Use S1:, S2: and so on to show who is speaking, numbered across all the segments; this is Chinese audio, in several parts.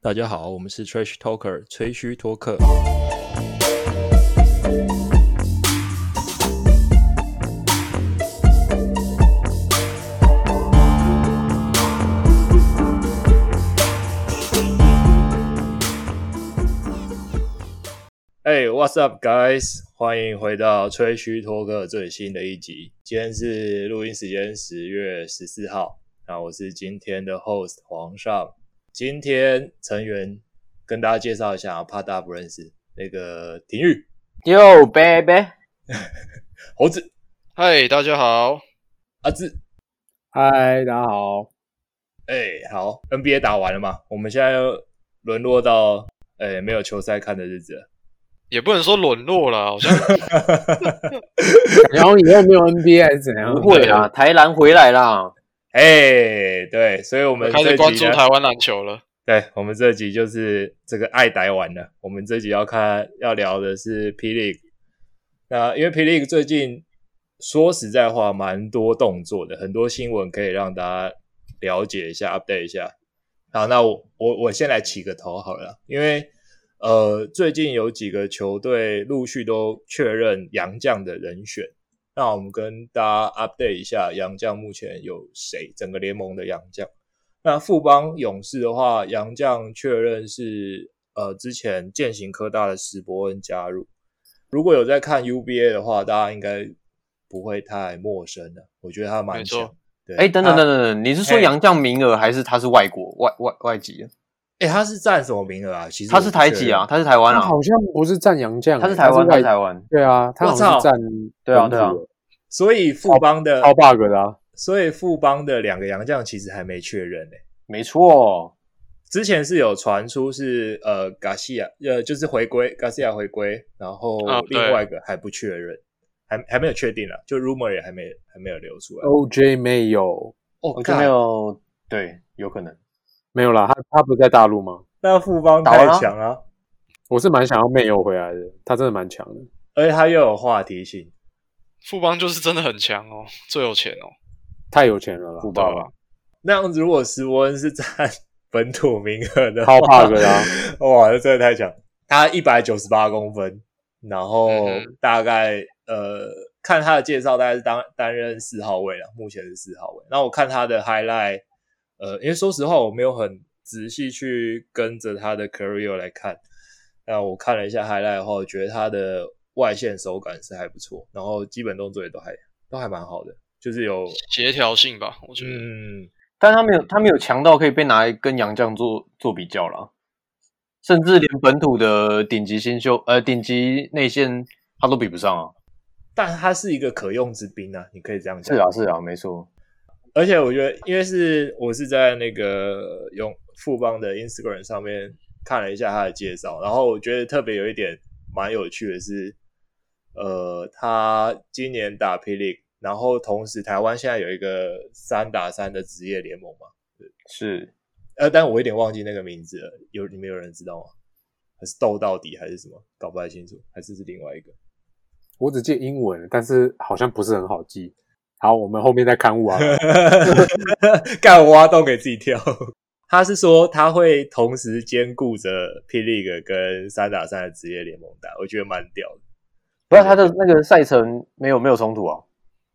S1: 大家好，我们是 Trash Talker 吹嘘托客。Hey, what's up, guys？欢迎回到吹嘘托客最新的一集。今天是录音时间十月十四号，那我是今天的 host 皇上。今天成员跟大家介绍一下，怕大家不认识那个廷玉、
S2: Yo baby，
S1: 猴子、
S3: 嗨，大家好。
S1: 阿志。
S2: 嗨，大家好。
S1: 哎、好，NBA 打完了嘛？我们现在又沦落到哎、没有球赛看的日子了。
S3: 也不能说沦落了，好像
S4: 然后以后没有 NBA 还是怎样
S2: 不？会啊啦，台篮回来啦。
S1: 哎、对，所以我们
S3: 开
S1: 这
S3: 始关
S1: 集
S3: 注
S1: 呢
S3: 台湾篮球了。
S1: 对，我们这集就是这个爱逮完了。我们这集要看要聊的是 P League。那因为 P League 最近说实在话蛮多动作的，很多新闻可以让大家了解一下、update 一下。好，那我我我先来起个头好了，因为呃最近有几个球队陆续都确认洋将的人选，那我们跟大家 update 一下洋将目前有谁，整个联盟的洋将。那富邦勇士的话，杨将确认是呃之前践行科大的史伯恩加入。如果有在看 UBA 的话，大家应该不会太陌生的，我觉得他蛮
S3: 没错
S1: 强。对，
S2: 哎，等等
S1: 他
S2: 等，等等，你是说
S1: 哎
S2: 洋将名额还是他是外国外外外籍的？啊
S1: 哎、他是占什么名额啊？其实
S2: 他
S1: 我
S2: 是
S1: 不
S2: 台
S1: 确
S2: 籍
S1: 认
S2: 啊，，他是台湾
S4: 他
S2: 啊，
S4: 好像不是战洋将欸，
S2: 他是台湾，他
S4: 外
S2: 是台湾。
S4: 对啊，他好像
S1: 我
S4: 是
S1: 操
S4: 战
S2: 对啊对啊
S4: 本土
S1: 所以富邦的
S4: 的，超 bug 的啊。
S1: 所以富邦的两个洋将其实还没确认呢、
S2: 没错，
S1: 之前是有传出是呃，嘎西亚呃，就是回归，嘎西亚回归，然后
S3: 啊
S1: 另
S3: 对
S1: 外一个还不确认，还还没有确定了，就 rumor 也还没还没有流出来。
S4: OJ 没有，
S1: 哦
S2: 我就没。有对，有可能。
S4: 没有啦，他他不是在大陆吗？
S1: 那富邦
S2: 打
S1: 太
S2: 完了
S1: 强啊了，
S4: 我是蛮想要没有回来的，他真的蛮强的。
S1: 而且他又有话题性。
S3: 富邦就是真的很强哦，最有钱哦，
S4: 太有钱了啦，
S2: 不
S3: 对
S2: 报
S3: 吧
S2: 了，？
S1: 那样子，如果斯文是占本土名额的话，
S4: 超 bug 的啊！
S1: 哇，这真的太强！他一百九十八公分，然后
S3: 嗯哼
S1: 大概、呃，看他的介绍，大概是当担任四号位了，目前是四号位。那我看他的 highlight，呃，因为说实话我没有很仔细去跟着他的 career 来看，那我看了一下 highlight 的话，我觉得他的外线手感是还不错，然后基本动作也都还都还蛮好的，就是有
S3: 协调性吧，我觉得。
S1: 嗯，
S2: 但他没有，他没有强到可以被拿来跟洋将做做比较啦。甚至连本土的顶级新秀，呃，顶级内线他都比不上啊。
S1: 但他是一个可用之兵啊，你可以这样讲。
S2: 是啊，是啊，没错。
S1: 而且我觉得，因为是我是在那个用富邦的 Instagram 上面看了一下他的介绍，然后我觉得特别有一点蛮有趣的是，呃，他今年打 P League，然后同时台湾现在有一个三打三的职业联盟嘛，
S2: 是
S1: 呃，但我有点忘记那个名字了，有你们有人知道吗？还是斗到底还是什么？搞不太清楚，还是是另外一个？
S4: 我只记英文，但是好像不是很好记。好，我们后面再刊物啊。
S1: 干我挖洞给自己跳。他是说他会同时兼顾着 P League 跟三打三的职业联盟打，我觉得蛮屌的
S2: 不是他的那个赛程没有没有冲突啊？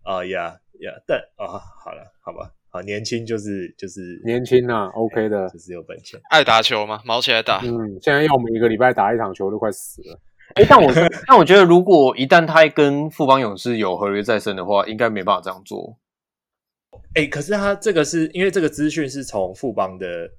S1: 啊呀呀！但啊，好了，好吧，好年轻就是就是哎
S4: 年轻啊，OK 的
S1: 就是有本钱。
S3: 爱打球嘛，毛起来打。
S4: 嗯，现在要我们一个礼拜打一场球都快死了。
S2: 哎，但我但我觉得，如果一旦他跟富邦勇士有合约在身的话，应该没办法这样做。
S1: 哎、可是他这个是因为这个资讯是从富邦的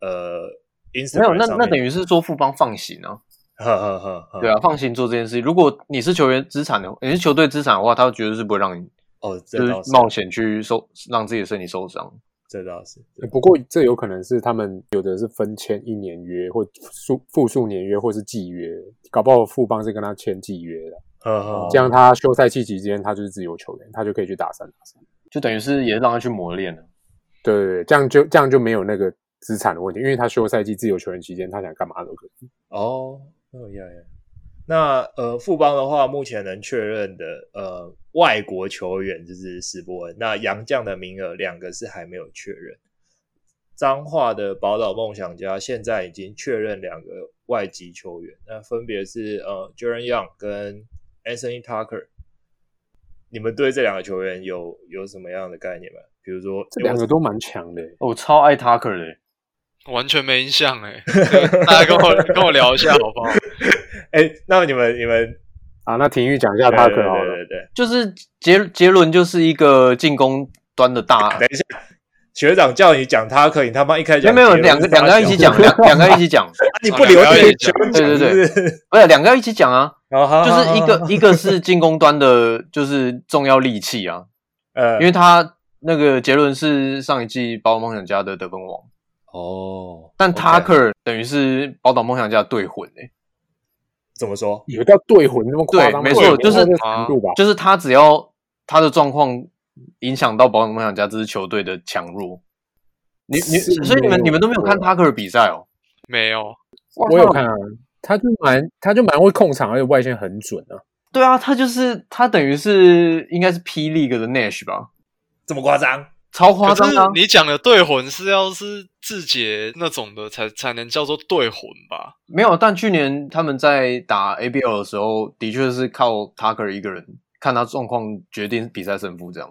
S1: 呃 Instagram
S2: 没有，那
S1: 上
S2: 那
S1: 面嗯
S2: 等于是说富邦放行啊，
S1: 呵呵呵呵
S2: 对啊，放行做这件事。如果你是球员资产的，你是球队资产的话，他绝对是不会让你
S1: 哦，这
S2: 就
S1: 倒
S2: 是
S1: 是
S2: 冒险去受让自己的身体受伤。
S1: 这倒是
S4: 不过这有可能是他们有的是分签一年约，或数复数年约，或是季约，搞不好富邦是跟他签季约的，
S1: 呵
S2: 哦
S1: 呵
S4: 这样他休赛期期间他就是自由球员，他就可以去打三打三。
S2: 就等于是也让他去磨练了。
S4: 对对对，这样就这样就没有那个资产的问题，因为他休赛季自由球员期间他想干嘛都可以。
S1: 哦，哦呀呀，那呃，富邦的话，目前能确认的呃外国球员就是史伯恩，那洋将的名额两个是还没有确认。彰化的宝岛梦想家现在已经确认两个外籍球员，那分别是呃 j e r e n Young 跟 Anthony Tucker。你们对这两个球员有有什么样的概念吗？比如说
S4: 这两个都蛮强的、欸
S2: 哦我超爱 Tucker 的，欸
S3: 完全没印象哎、欸， 大家跟我跟我聊一下好不好？
S1: 哎、那你们你们
S4: 啊。那体育讲一下 Tucker 好
S1: 对
S4: 了，
S1: 对对对，
S2: 就是杰杰伦就是一个进攻端的大，
S1: 学长叫你讲 Tucker，你他妈一开始
S2: 没有
S1: 讲别人
S2: 没有两个
S1: 是他
S2: 两个要一起讲，两两个要一起讲，
S1: 啊，你
S3: 哦
S1: 不留
S3: 两个
S1: 给
S3: 一起
S1: 学长
S3: 讲
S2: 对对对
S1: 是哦不是，
S2: 不是两个要一起讲啊，
S1: 然后
S2: 就是一 个一个是进攻端的，就是重要利器啊，
S1: 呃，
S2: 因为他那个杰伦是上一季宝岛梦想家的得分王，
S1: 哦，
S2: 但
S1: OK
S2: Tucker 等于是宝岛梦想家的队魂诶、欸
S1: 怎么说？
S4: 有到对魂那么夸张吗？
S2: 对没错就是
S4: 这程度吧。
S2: 就是他只要他的状况影响到宝岛梦想家这支球队的强弱，你你
S4: 是
S2: 所以你
S4: 没
S2: 们
S4: 有
S2: 你们都没有看
S4: 错
S2: Tucker 的比赛哦，
S3: 没有，
S4: 我有看啊，他就蛮他就蛮会控场，而且外线很准啊。
S2: 对啊，他就是他等于是应该是 P League 的 Nash 吧，
S1: 这么夸张？
S2: 超夸
S3: 可
S2: 张
S3: 是
S2: 啊！
S3: 你讲的对魂是要是志杰那种的才才能叫做对魂吧？
S2: 没有，但去年他们在打 ABL 的时候，的确是靠 Tucker 一个人，看他状况决定比赛胜负这样。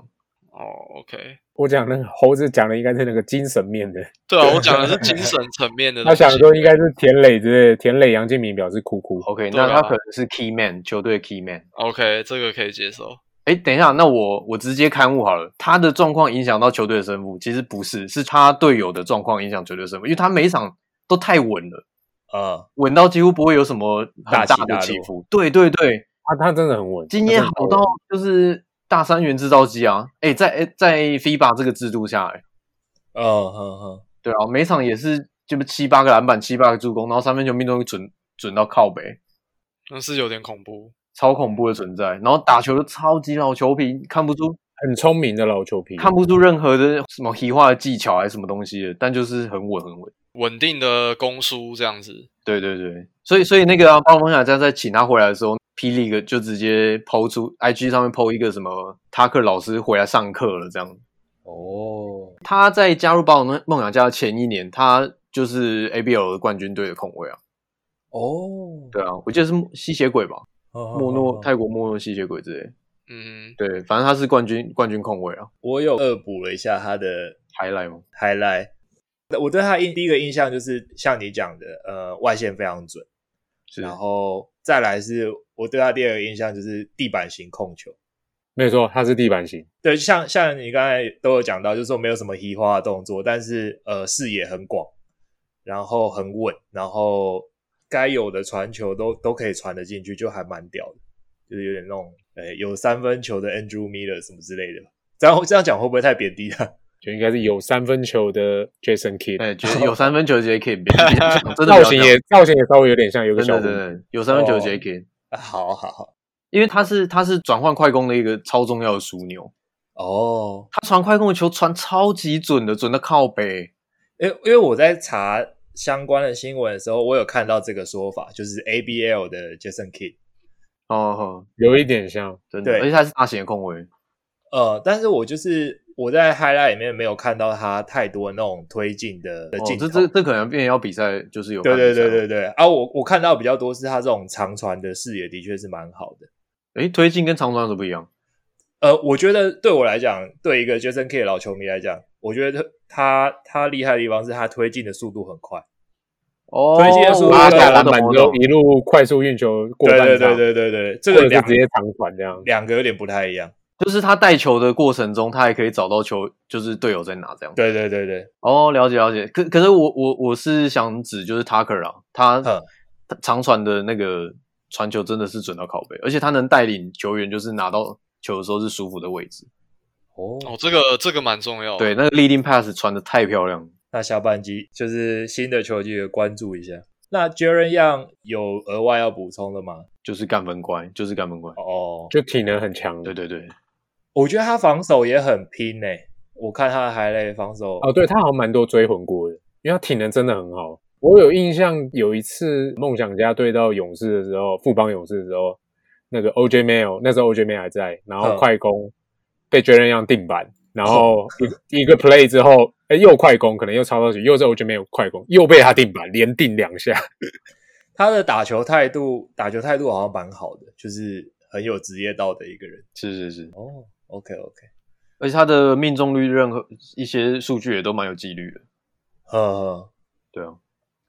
S3: 哦，OK，
S4: 我讲那个猴子讲的应该是那个精神面的，
S3: 对啊，我讲的是精神层面的东
S4: 他
S3: 西。
S4: 想说应该是田磊之类的，田磊、杨敬敏表示哭哭。
S2: OK，
S3: 对
S2: 那
S3: 啊
S2: 他可能是 Key Man 球队 Key Man。
S3: OK，这个可以接受。
S2: 哎，等一下，那我我直接刊物好了。他的状况影响到球队的胜负，其实不是，是他队友的状况影响球队的胜负，因为他每一场都太稳了，
S1: 啊，
S2: 稳到几乎不会有什么很
S1: 大
S2: 大
S1: 起大
S2: 的
S1: 落
S2: 起伏。对对对，
S4: 他他真的很稳，
S2: 今天好到就是大三元制造机啊！哎，在诶在 FIBA 这个制度下，诶
S1: 嗯哼哼，
S2: 对啊，每场也是就是七八个篮板，七八个助攻，然后三分球命中率准准到靠北，
S3: 那是有点恐怖。
S2: 超恐怖的存在。然后打球都超级老球皮，看不出
S4: 很聪明的老球皮，
S2: 看不出任何的什么黑化的技巧还是什么东西的，但就是很稳很稳。
S3: 稳定的攻输这样子，
S2: 对对对，所以所以那个啊，巴罗梦想家在请他回来的时候霹雳 e 就直接抛出 IG 上面抛一个什么塔克老师回来上课了这样。
S1: 哦，
S2: 他在加入巴罗梦梦想家的前一年，他就是 ABL 的冠军队的控卫啊。
S1: 哦，
S2: 对啊，我记得是吸血鬼吧。莫诺
S1: 他
S2: 泰国莫诺吸血鬼之类，
S3: 嗯，
S2: 对，反正他是冠军冠军控卫啊，
S1: 我有恶补了一下他的
S2: 还来吗？
S1: highlight。我对他印第一个印象就是像你讲的，呃，外线非常准，
S2: 是
S1: 然后再来是我对他第二个印象就是地板型控球。
S4: 没有错，他是地板型，
S1: 对，像像你刚才都有讲到，就是说没有什么移花的动作，但是呃视野很广，然后很稳，然后该有的传球都都可以传得进去，就还蛮屌的，就是有点那种呃有三分球的 Andrew Miller 什么之类的。这样这样讲会不会太贬低啊了？
S4: 就应该是有三分球的 Jason Kidd，
S2: 哎，觉得有三分球直接可以变， 真的
S4: 造型也造型也稍微有点像，有个
S2: 真
S4: 小
S2: 的
S4: 胡
S2: 真的有三分球直接可以，
S1: 啊好好好
S2: 因为他是他是转换快攻的一个超重要的枢纽，
S1: 哦，
S2: 他传快攻的球传超级准的，准的靠北，
S1: 因为因为我在查相关的新闻的时候，我有看到这个说法，就是 ABL 的 Jason Kidd。
S2: 哦哦，
S4: 有一点像，
S2: 真的，
S1: 对
S2: 而且他是大型的控卫，哦
S1: 呃，但是我就是我在 highlight 里面没有看到他太多那种推进的的
S2: 哦，
S1: 镜头。
S2: 这这这可能变成要比赛就是有看
S1: 对
S2: 比
S1: 对
S2: 赛，
S1: 对对对啊！我我看到比较多是他这种长传的视野的确是蛮好的。
S2: 对，哎，推进跟长传有什么不一样？
S1: 呃，我觉得对我来讲，对一个 Jason K 老球迷来讲，我觉得他他他厉害的地方是他推进的速度很快。
S2: 哦，
S1: 推进的速度
S4: 拉
S2: 我懂
S4: 下
S2: 我
S4: 篮
S2: 懂
S4: 板
S2: 我
S4: 之后
S2: 懂
S4: 一路快速运球过
S1: 对
S4: 半场，
S1: 对对对对对，这
S4: 或
S1: 个
S4: 者是
S1: 两
S4: 直接长传这样。
S1: 两个有点不太一样。
S2: 就是他带球的过程中，他还可以找到球，就是队友在哪这样。
S1: 对对对对，
S2: 哦，了解了解。可可是我我我是想指就是 Tucker 啊，他
S1: 嗯
S2: 他长传的那个传球真的是准到靠背，而且他能带领球员就是拿到球的时候是舒服的位置。
S3: 哦
S1: 哦，，
S3: 这个这个蛮重要的。
S2: 对，那个 leading pass 传的太漂亮了。
S1: 那下半季就是新的球季的关注一下。那 Jaren Young 有额外要补充的吗？
S2: 就是干分乖，就是干分乖。
S1: 哦，
S4: 就体能很强，
S2: 对对对，
S1: 我觉得他防守也很拼呢、我看他的海类防守，
S4: 哦，对他好像蛮多追魂过的，因为他体能真的很好。我有印象，有一次梦想家对到勇士的时候，富邦勇士的时候，那个 OJ Mail 那时候 OJ Mail 还在，然后
S1: 嗯
S4: 快攻被 j a r e n 定板，然后一一个 play 之后，哎，又快攻，可能又超到球，又在我就没有快攻，又被他定板，连定两下。
S1: 他的打球态度，打球态度好像蛮好的，就是很有职业道的一个人。
S2: 是是是，
S1: 哦，OK OK，
S2: 而且他的命中率任何一些数据也都蛮有纪律的。
S1: 呃，
S2: 对啊，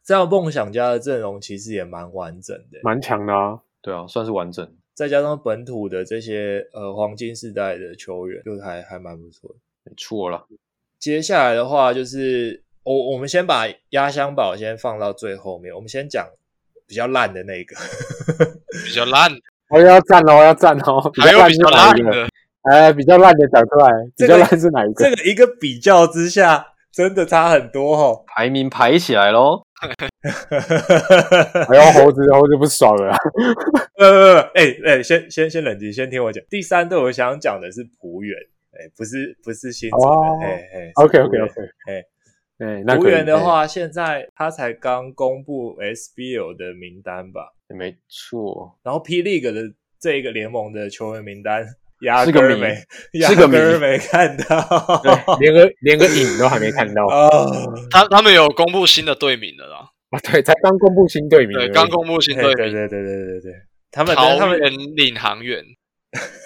S1: 这样梦想家的阵容其实也蛮完整的，欸
S4: 蛮强的啊。
S2: 对啊，算是完整。
S1: 再加上本土的这些呃黄金世代的球员，就还还蛮不错的。
S2: 没错啦，
S1: 接下来的话就是我我们先把压箱宝先放到最后面，我们先讲比较烂的那一个。
S3: 比较烂，
S4: 我要站哦，要站哦，
S3: 还有比
S4: 是
S3: 较
S4: 哪
S3: 烂
S4: 一个？
S3: 的，
S4: 哎，比较烂的讲出来，比
S1: 这
S4: 较
S1: 个
S4: 烂是哪一个？
S1: 这个一个比较之下，真的差很多哦。
S2: 排名排起来喽。
S4: 哎呦，猴子猴子不爽了啊，
S1: 呃， 哎、哎、先先先冷静，先听我讲。第三队我想讲的是浦原，哎、不是不是新竹的，
S4: 哦
S1: 哎、哎、
S4: OK
S1: 是浦
S4: OK
S1: 原
S4: OK，
S1: 哎
S4: 哎，那
S1: 浦
S4: 可以
S1: 原的，话，现在他才刚公布 SBL 的名单吧，
S2: 没错，
S1: 然后 P League 的这个联盟的球员名单，压
S2: 是
S1: 根
S2: 个
S1: 儿
S2: 谜
S1: 没，压
S2: 是个谜
S1: 根儿没看
S4: 对
S1: 到。
S4: 连个连个影都还没看 到
S1: 哦，
S3: 他他们有公布新的队名了啦，
S4: 啊，对，才刚公布新队名而已，
S3: 对，刚公布新
S1: 对
S3: 队
S1: 对
S3: 名，
S1: 对对对对对，他们
S3: 桃
S1: 他们
S3: 园领航员，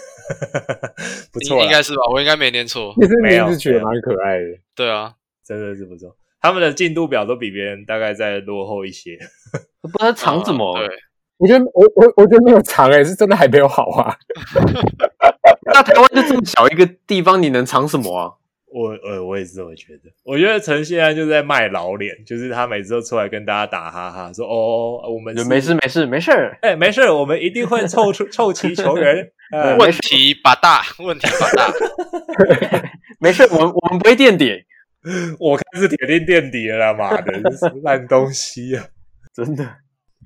S1: 不
S3: 应
S1: 错啦，啊
S3: 应该是吧？我应该没念错。
S4: 其实
S1: 没有
S4: 名字取得蛮可爱的。
S3: 对啊，
S1: 真的是不错。他们的进度表都比别人大概再落后一些。
S2: 不知道他藏什么。
S3: 嗯
S1: 哦
S3: 对，
S4: 我觉得我我我觉得没有长哎、是真的还没有好啊。
S2: 那台湾就这么小一个地方，你能藏什么啊？
S1: 我呃，我也是这么觉得。我觉得陈现在就在卖老脸，就是他每次都出来跟大家打哈哈，说哦，我们
S2: 就是 没事，没事没事儿，
S1: 哎、没事，我们一定会凑出凑齐球 员。呃
S2: 我
S3: 问题把大，问题把大，
S2: 没事，我们我们不会垫底，
S1: 我看是铁定垫底了啦，妈的，真是烂东西啊！
S2: 真的。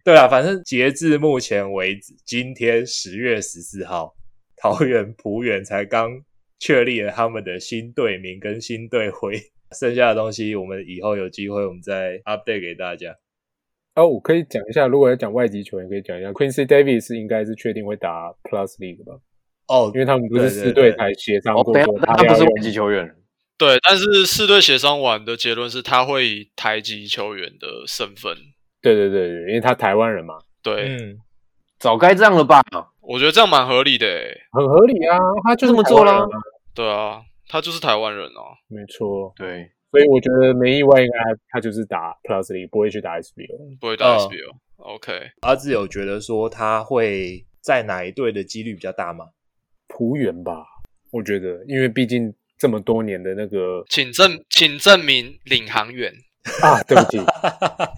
S1: 对啊，反正截至目前为止，今天十月十四号，桃园浦远才刚确立了他们的新队名跟新队徽，剩下的东西我们以后有机会我们再 update 给大家。
S4: 哦，我可以讲一下，如果要讲外籍球员，可以讲一下 Quincy Davis 应该是确定会打 Plus League 吧，
S1: 哦
S4: 因，为他们不是
S1: 对对
S4: 四队
S1: 对
S4: 才协商
S2: 哦，
S4: 过
S2: 等一
S4: 说
S2: 下，他不
S4: 要
S2: 是
S4: 用
S2: 外籍球员，
S3: 对。但是四队协商完的结论是，他会以台籍球员的身份。
S4: 对对对对，因为他台湾人嘛，
S3: 对，
S1: 嗯，
S2: 早该这样了吧？
S3: 我觉得这样蛮合理的诶。
S4: 很合理啊，他就
S2: 这么做啦
S4: 了，
S3: 对啊，他就是台湾人啊。
S4: 没错。
S2: 对，
S4: 所以我觉得没意外，应该他就是打 Plus League，不会去打 SBL。
S3: 不会打
S1: 嗯
S3: SBL。OK，
S1: 阿志有觉得说他会在哪一队的几率比较大吗？
S4: 浦原吧，我觉得，因为毕竟这么多年的那个
S3: 请证，请证明领航员，
S4: 啊，对不起，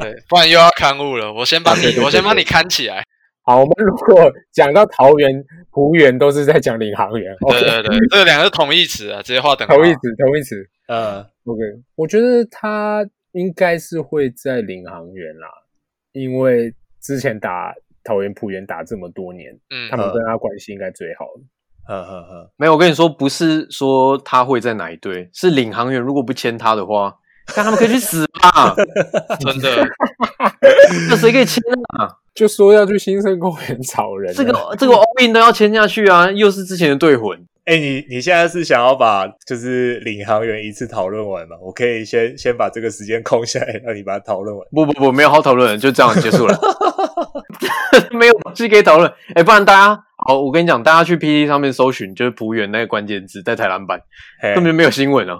S3: 对， 不然又要刊物了。我先把
S4: 对对
S3: 你，
S4: 对
S3: 我先把
S4: 对
S3: 你看起来。
S4: 好，我们如果讲到桃园、浦原，都是在讲领航 员。
S3: 对对
S4: OK，
S3: 对，这两个是同义词啊，直接画等号。
S4: 同义词，同义词。
S1: 呃，
S4: OK，我觉得他应该是会在领航员啦，因为之前打桃园、浦原打这么多年，
S3: 嗯
S4: 他，们跟他关系应该最好了。
S1: 呵呵呵，
S2: 没有，我跟你说，不是说他会在哪一队，是领航员如果不签他的话，看他们可以去死吧，
S3: 真的，
S2: 那谁可以签啊？
S4: 就说要去新生公园 找人啊，
S2: 这个这个 all in 都要签下去啊，又是之前的队魂，
S1: 哎、你你现在是想要把就是领航员一次讨论完吗？我可以先先把这个时间空下来，让你把它讨论完。
S2: 不不不，没有好讨论，就这样结束了， 没有东西可以讨论，哎，不然大家。好，我跟你讲，大家去 P T 上面搜寻就是浦原那个关键字，在台篮版
S1: 嘿
S2: 根本就没有新闻啊！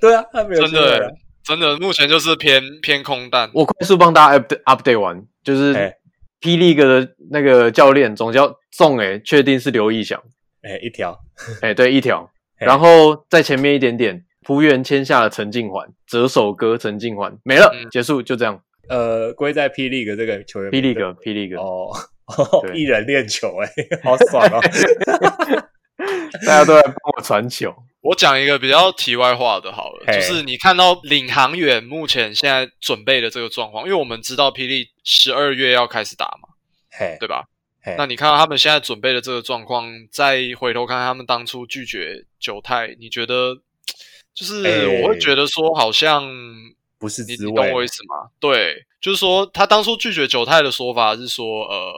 S1: 对啊，他没有
S3: 真
S1: 新闻啊
S3: 的，真的，目前就是偏偏空弹。
S2: 我快速帮大家 update update 完，就是
S1: 哎
S2: P League 的那个教练总教仲诶，确定是刘义翔，
S1: 哎、一条，
S2: 哎，对，一条，
S1: 嘿
S2: 然后在前面一点点，浦原签下了陈静环，折手哥陈静环没了，
S3: 嗯
S2: 结束，就这样。
S1: 呃，归在 P League 这个球员
S2: P
S1: 名
S3: 啊
S2: League P League，、
S1: 哦，
S2: 对
S1: 一人练球、 哎，好爽哦！
S2: 大家都来帮我传球，
S3: 我讲一个比较题外话的，好了，
S1: 嘿
S3: 就是你看到领航员目前现在准备的这个状况，因为我们知道霹雳十二月要开始打嘛，
S1: 嘿，
S3: 对吧？
S1: 嘿
S3: 那你看到他们现在准备的这个状况，再回头看看他们当初拒绝九泰，你觉得就是
S1: 哎
S3: 我会觉得说好像
S1: 不是
S3: 你
S1: 滋
S3: 你懂我
S1: 味
S3: 意，思吗？对，就是说他当初拒绝九泰的说法是说，呃，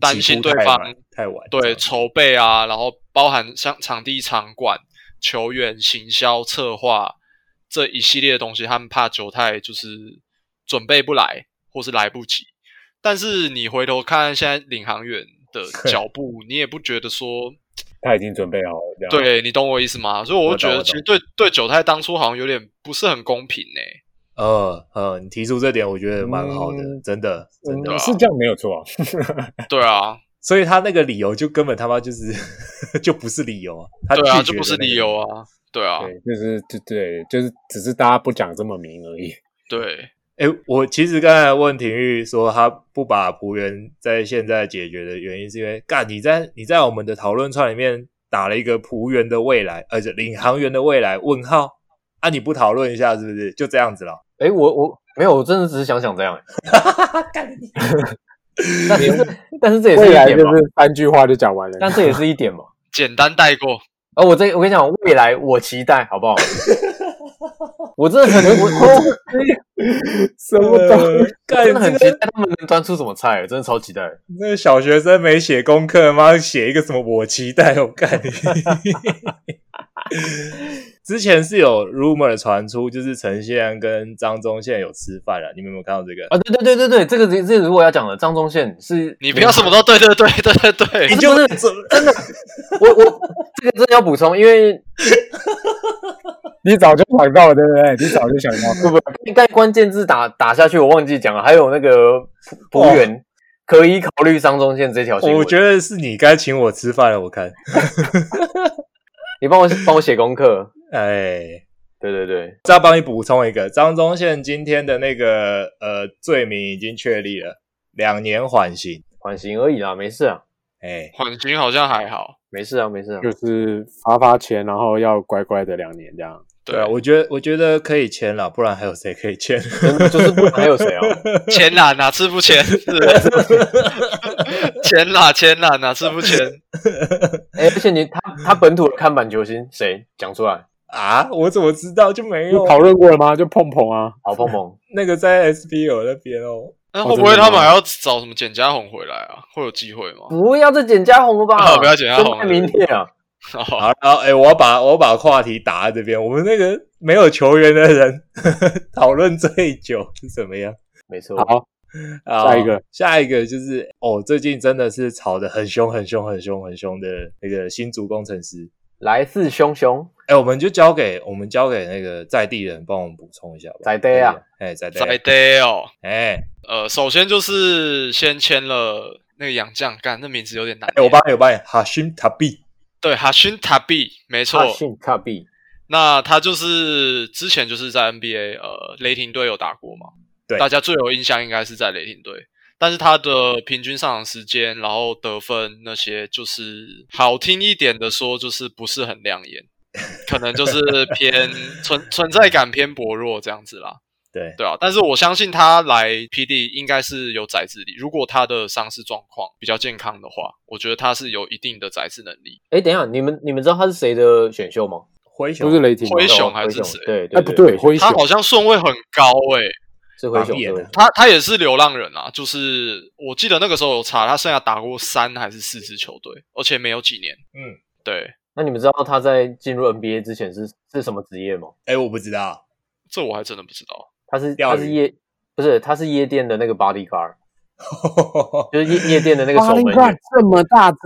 S3: 担
S1: 起
S3: 心
S1: 步
S3: 对
S1: 太
S3: 方
S1: 晚太晚，
S3: 对
S1: 这样
S3: 筹备啊，然后包含像场地场馆球员、行销、策划这一系列的东西，他们怕球泰就是准备不来，或是来不及。但是你回头看现在领航员 的脚步，你也不觉得说，
S5: 他已经准备好了，这样，
S3: 对你懂我意思吗？所以我
S1: 我
S3: 就觉
S1: 懂
S3: 得
S1: 我
S3: 其
S1: 懂
S3: 实对对九泰当初好像有点不是很公平呢、
S1: 呃呃，你提出这点，我觉得蛮好的，
S5: 嗯
S1: 真的真的。
S5: 嗯，是这样没有错啊。
S3: 对啊，
S1: 所以他那个理由就根本他妈就是 就不是理由啊，他
S3: 对啊，
S1: 拒
S3: 这
S1: 绝
S3: 不是
S1: 的那个
S3: 理由啊，对啊，
S5: 对
S4: 就是对对，就是只是大家不讲这么明而已。
S3: 对
S1: 哎、我其实刚才问廷玉说他不把仆员在现在解决的原因，是因为干你在你在我们的讨论串里面打了一个仆员的未来，而且领航员的未来问号啊，你不讨论一下是不是？就这样子了。
S2: 哎，我我没有，我真的只是想想这样。但是但是这也是
S4: 未来
S2: 一点
S4: 就
S2: 嘛，
S4: 是三句话就讲完
S2: 但
S4: 了。
S2: 这也是一点嘛。
S3: 简单带过。
S2: 而我这我跟你讲，未来我期待，好不好？我真的很我我
S4: 什么都
S1: 呃 干
S2: 真的很
S1: 这
S2: 期
S1: 个
S2: 待他们能端出什么菜，真的超期待。
S1: 那个小学生没写功课，妈写一个什么我期待，我干你！ 之前是有 rumor 传出，就是陈宪安跟张宗宪有吃饭了，你们有没有看到这个？
S2: 啊，对对对对对，这个这个如果要讲了，张忠宪是
S3: 你不要什么都对对对对对对
S1: 你，就
S2: 不是
S1: 怎
S2: 我我这个真的要补充，因为
S4: 你早就想到了，对不对？你早就想 到了。
S2: 不不，该关键字打打下去，我忘记讲了，还有那个仆仆员可以考虑张忠宪这条新闻。
S1: 我觉得是你该请我吃饭了。我看，
S2: 你帮我帮我写功课。
S1: 哎，
S2: 对对对，
S1: 再帮你补充一个，张宗宪今天的那个呃罪名已经确立了，两年缓刑。
S2: 缓刑而已啦，没事啊，
S1: 哎，
S3: 缓刑好像还好。
S2: 没事啊，没事啊。
S4: 就是发发钱，然后要乖乖的两年这样。
S1: 对啊，我觉得我觉得可以签了，不然还有谁可以签？
S2: 真的就是不管还有谁啊？
S3: 钱啦，哪次不钱？是钱啦，钱啦，哪次不钱？
S2: 哎，而且你他他本土的看板球星谁讲出来？
S1: 啊，我怎么知道就没有
S4: 有？讨论过了吗？就碰碰啊，
S2: 好碰碰，
S1: 那个在 SBO 那边哦，
S3: 那
S4: 哦
S3: 会不会
S4: 真的吗
S3: 他们还要找什么简家红回来啊？会有机会
S1: 嗯
S3: 吗？
S2: 不要再简家红了吧？
S3: 哦不要简家红了
S2: 真太明天啊！
S3: 好，
S1: 好，然后哎，我要把我要把话题打在这边。我们那个没有球员的人 讨论最久是怎么样？
S2: 没错，
S4: 好，
S1: 啊
S4: 下一个，
S1: 下一个就是哦，最近真的是吵得很凶、很凶、很凶、很凶的那个新竹工程师。
S2: 来势汹汹，
S1: 哎，我们就交给我们交给那个在地人帮我们补充一下吧。
S2: 在地啊
S1: 可以，哎，在地啊，
S3: 在 day 哦。
S1: 哎
S3: 呃，首先就是先签了那个杨将，干那名字有点难念。
S1: 哎，我帮你，我帮你，哈辛塔比，
S3: 对哈勋塔比，没错
S2: 他。信卡币，
S3: 那他就是之前就是在 NBA 呃雷霆队有打过嘛，
S1: 对
S3: 大家最有印象应该是在雷霆队，但是他的平均上场时间，然后得分那些，就是好听一点的说，就是不是很亮眼，可能就是偏存存在感偏薄弱这样子啦。
S1: 对，
S3: 对啊，但是我相信他来 PD 应该是有宰制力，如果他的伤势状况比较健康的话，我觉得他是有一定的宰制能力。
S2: 哎，等一下，你们你们知道他是谁的选秀吗？
S1: 灰熊
S4: 不是雷霆吗。
S3: 灰熊
S2: 哦
S3: 还是
S2: 灰熊
S3: 谁
S2: 对，
S4: 哎，不对，，灰熊
S3: 他好像顺位很高欸诶、
S2: 是灰熊
S1: 打野的
S2: 对
S3: 他他也是流浪人啊，就是我记得那个时候有查，他剩下打过三还是四支球队，而且没有几年。
S1: 嗯，
S3: 对，
S2: 那你们知道他在进入 NBA 之前是是什么职业吗？
S1: 哎，我不知道，
S3: 这我还真的不知道。
S2: 他是
S1: 钓
S2: 他
S1: 鱼
S2: 是夜不是他是夜店的那个 body car，就是夜夜店的那个
S4: 巴
S2: 守
S4: 林
S2: 门
S4: 冠
S2: 员。
S4: 这么大只，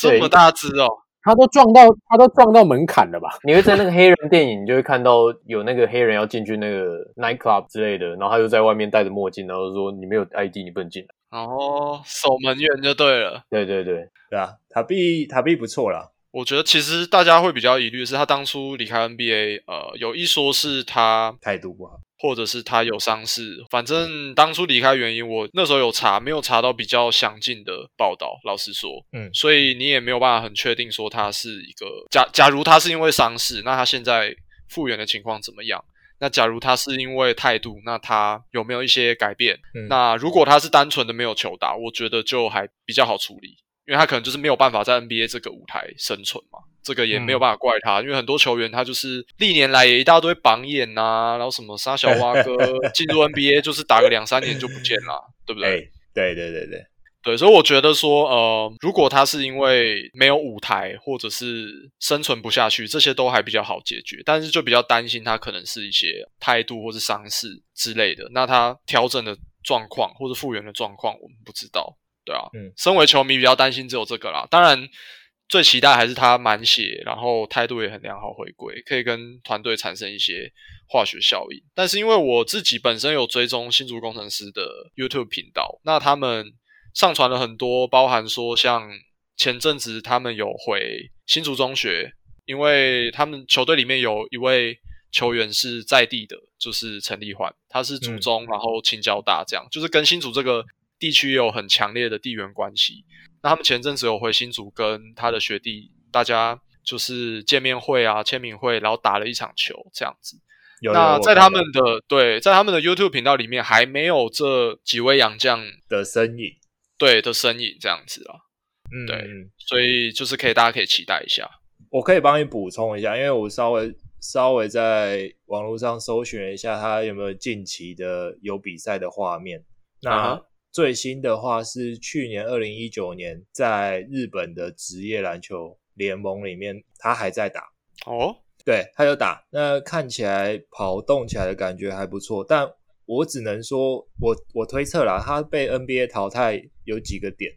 S3: 这么大只哦，
S4: 他都撞到他都撞到门槛了吧？
S2: 你会在那个黑人电影，你就会看到有那个黑人要进去那个 night club 之类的，然后他就在外面戴着墨镜，然后说你没有 ID 你不能进来。
S3: 然后守门员就对了。
S2: 对对对，
S1: 对啊，塔比塔比不错啦，
S3: 我觉得其实大家会比较疑虑的是他当初离开 NBA，呃，有一说是他
S1: 态度不好，
S3: 或者是他有伤势，反正当初离开原因，我那时候有查，没有查到比较详尽的报道。老实说，
S1: 嗯
S3: 所以你也没有办法很确定说他是一个假。假如他是因为伤势，那他现在复原的情况怎么样？那假如他是因为态度，那他有没有一些改变？
S1: 嗯
S3: 那如果他是单纯的没有球打，我觉得就还比较好处理，因为他可能就是没有办法在 NBA 这个舞台生存嘛。这个也没
S1: 嗯
S3: 有办法怪他，因为很多球员他就是历年来也一大堆榜眼呐、然后什么沙小蛙哥进入 NBA 就是打个两三年就不见了，对不对？
S1: 哎，对对对对，
S3: 对，所以我觉得说，呃，如果他是因为没有舞台或者是生存不下去，这些都还比较好解决，但是就比较担心他可能是一些态度或是伤势之类的，那他调整的状况或者复原的状况，我们不知道，对啊，
S1: 嗯，
S3: 身为球迷比较担心只有这个啦，当然。最期待还是他满血，然后态度也很良好，回归可以跟团队产生一些化学效应。但是因为我自己本身有追踪新竹工程师的 YouTube 频道，那他们上传了很多，包含说像前阵子他们有回新竹中学，因为他们球队里面有一位球员是在地的，就是陈立焕，他
S1: 嗯
S3: 是竹中，然后青交大这样，就是跟新竹这个地区有很强烈的地缘关系。那他们前阵子有回新竹跟他的学弟，大家就是见面会啊、签名会，然后打了一场球这样子。
S1: 有
S3: 那
S1: 有
S3: 在
S1: 我
S3: 他
S1: 看
S3: 们
S1: 到
S3: 的对，在他们的 YouTube 频道里面还没有这几位洋将
S1: 的身影，
S3: 对的身影这样子啊，
S1: 嗯，
S3: 对
S1: 嗯
S3: 所以就是可以大家可以期待一下。
S1: 我可以帮你补充一下，因为我稍微稍微在网络上搜寻了一下，他有没有近期的有比赛的画面。
S3: 啊
S1: 那最新的话是去年二零一九年在日本的职业篮球联盟里面，他还在打，
S3: 哦，
S1: 对，他有打。那看起来跑动起来的感觉还不错，但我只能说，我我推测啦，他被 NBA 淘汰有几个点，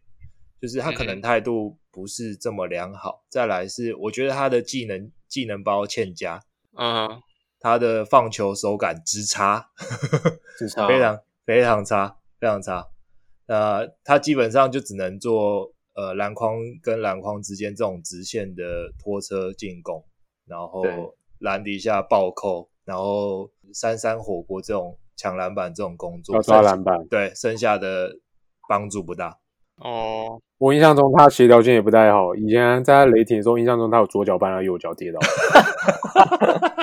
S1: 就是他可能态度不是这么良好。再来是，我觉得他的技能技能包欠佳，
S3: 嗯，
S1: 他的放球手感之差，
S2: 至少
S1: 非常非常差，非常差。呃，他基本上就只能做呃篮筐跟篮筐之间这种直线的拖车进攻，然
S2: 对
S1: 后篮底下暴扣，然后三三火锅这种抢篮板这种工作
S4: 要，抓篮板。
S1: 对剩下的帮助不大。
S3: 哦，
S4: 我印象中他协调性也不太好，以前在雷霆的时候，印象中他有左脚绊到右脚跌倒，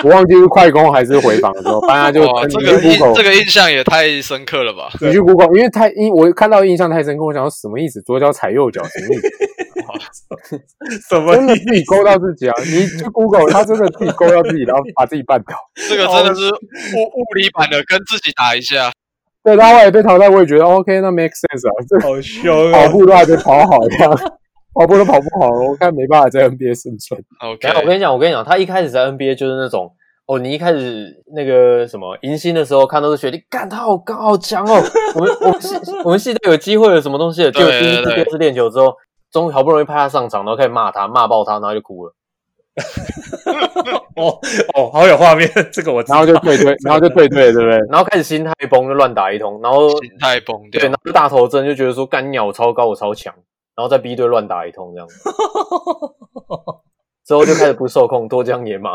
S4: 我忘记是快攻还是回防的时候，反正他就
S3: 哇，
S4: 你
S3: 哦这个
S4: 去
S3: 印
S4: Google，、
S3: 这个印象也太深刻了 吧？
S4: 你去 Google，因为太因我看到印象太深刻，我想说什么意思？左脚踩右脚什么意思？
S1: 什么
S4: 真的自己勾到自己啊！你去 Google，他真的自己勾到自己，然后把自己绊倒。
S3: 这个真的是物物理版的，跟自己打一下。
S4: 对，他后来被淘汰，我也觉得 OK，那 make sense 啊，这
S1: 好凶哦
S4: 跑！步都还没跑好这样，跑步都跑不好，我看没办法在 NBA 生存。
S3: OK，
S2: 等一下我跟你讲，我跟你讲，他一开始在 NBA 就是那种，哦，你一开始那个什么迎新的时候，看到是学弟，干他好高好强 哦，我们我们系我们系队有机会了什么东西了，结
S3: 对
S2: 果第一次
S3: 对
S2: 第
S3: 对
S2: 二次练球之后，终于好不容易派他上场，然后开始骂他，骂爆他，然后就哭了。
S1: 哦哦，好有画面，这个我知
S4: 然后就退队，然后就退队，对不对？
S2: 然后开始心态崩，就乱打一通，然后
S3: 心态崩
S2: 对，
S3: 掉
S2: 然。后就大头针就觉得说干鸟超高，我超强，然后在 B 队乱打一通这 样，之后就开始不受控，多江野 马，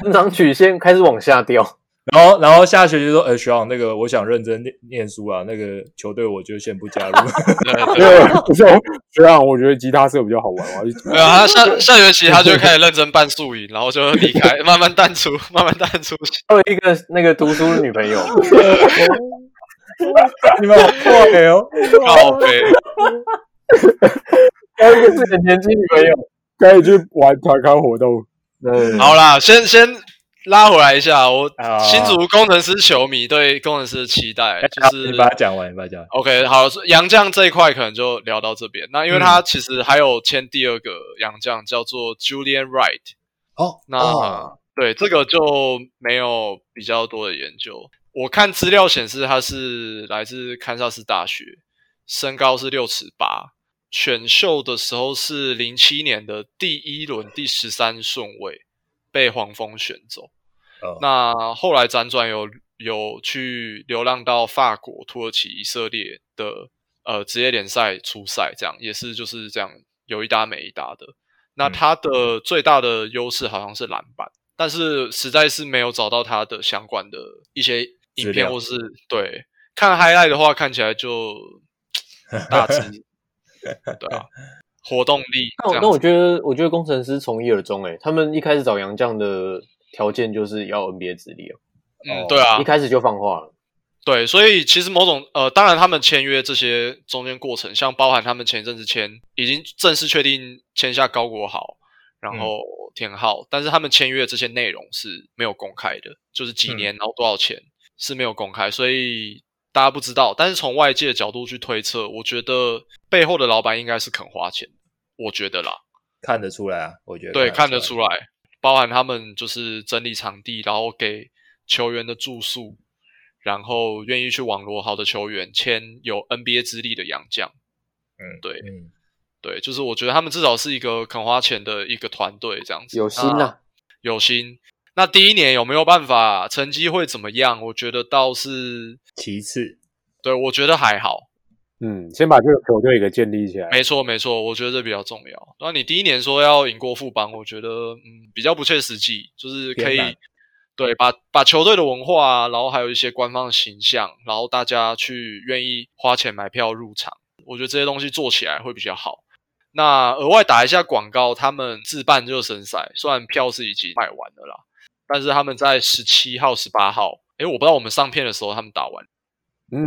S2: 成长曲线开始往下掉，
S1: 然后，然后下学期说，哎、学长，那个我想认真念念书啊，那个球队我就先不 加入。
S3: 对对
S4: 没有，不是我学长，我觉得吉他社比较好玩，我要去
S3: 没有，他下下学期他就开始认真办宿营，然后就离开，慢慢淡出，慢慢淡出。
S2: 还有一个那个读书女 朋友，
S1: 你们好坏哦！
S3: 靠背，
S2: 还有一个是年轻女朋友。
S4: 可以去玩团康活动。
S2: 对，
S3: 好啦，先先拉回来一下，我
S1: 啊哎
S3: 新竹工程师球迷对工程师的期待就
S1: 好
S3: 是
S1: 你把它讲完，你把它讲完。
S3: OK，好，所以杨将这一块可能就聊到这边。那因为
S1: 嗯
S3: 他其实还有签第二个洋将，叫做 Julian Wright。
S1: 哦，
S3: 那、
S1: 哦
S3: 对这个就没有比较多的研究。我看资料显示，他是来自堪萨斯大学，身高是六尺八，选秀的时候是零七年的第一轮第十三顺位被黄蜂选走。
S1: 哦
S3: 那后来辗转有有去流浪到法国、土耳其、以色列的呃职业联赛出赛，这样也是就是这样有一搭没一搭的。那
S1: 嗯
S3: 他的最大的优势好像是篮板，但是实在是没有找到他的相关的一些影
S1: 资
S3: 片
S1: 料
S3: 或是对看 highlight 的话，看起来就大致对啊，活动力
S2: 那
S3: 这
S2: 我
S3: 样
S2: 那我
S3: 子
S2: 觉得，我觉得工程师从一而终诶、他们一开始找杨绛的条件就是要 NBA 资历哦，
S3: 嗯，对啊
S2: 一，开始就放话了。
S3: 对，所以其实某种呃，当然他们签约这些中间过程，像包含他们前一阵子签已经正式确定签下高国豪，然后田浩，但是他们签约的这些内容是没有公开的，就是几年然后多少钱是没有公开，所以大家不知道，但是从外界的角度去推测，我觉得背后的老板应该是肯花钱，我觉得啦，
S1: 看得出来啊，我觉得
S3: 对，看
S1: 得
S3: 得出。来，包含他们就是整理场地，然后给球员的住宿，然后愿意去网罗好的球员，签有 NBA 资历的洋将，
S1: 嗯
S3: 对
S1: 嗯，
S3: 对，就是我觉得他们至少是一个肯花钱的一个团队这样子，
S2: 有心呐、啊
S3: 那有心。那第一年有没有办法，成绩会怎么样？我觉得倒是，
S1: 其次，
S3: 对我觉得还好，
S4: 嗯，先把这个球队给建立起来。
S3: 没错，没错，我觉得这比较重要。那你第一年说要赢过富邦，我觉得嗯比较不切实际，就是可以
S1: 偏难
S3: 对把把球队的文化啊，然后还有一些官方的形象，然后大家去愿意花钱买票入场，我觉得这些东西做起来会比较好。那额外打一下广告，他们自办热身赛，虽然票是已经卖完了啦，但是他们在十七号、十八号，诶，我不知道我们上片的时候他们打完
S4: 嗯，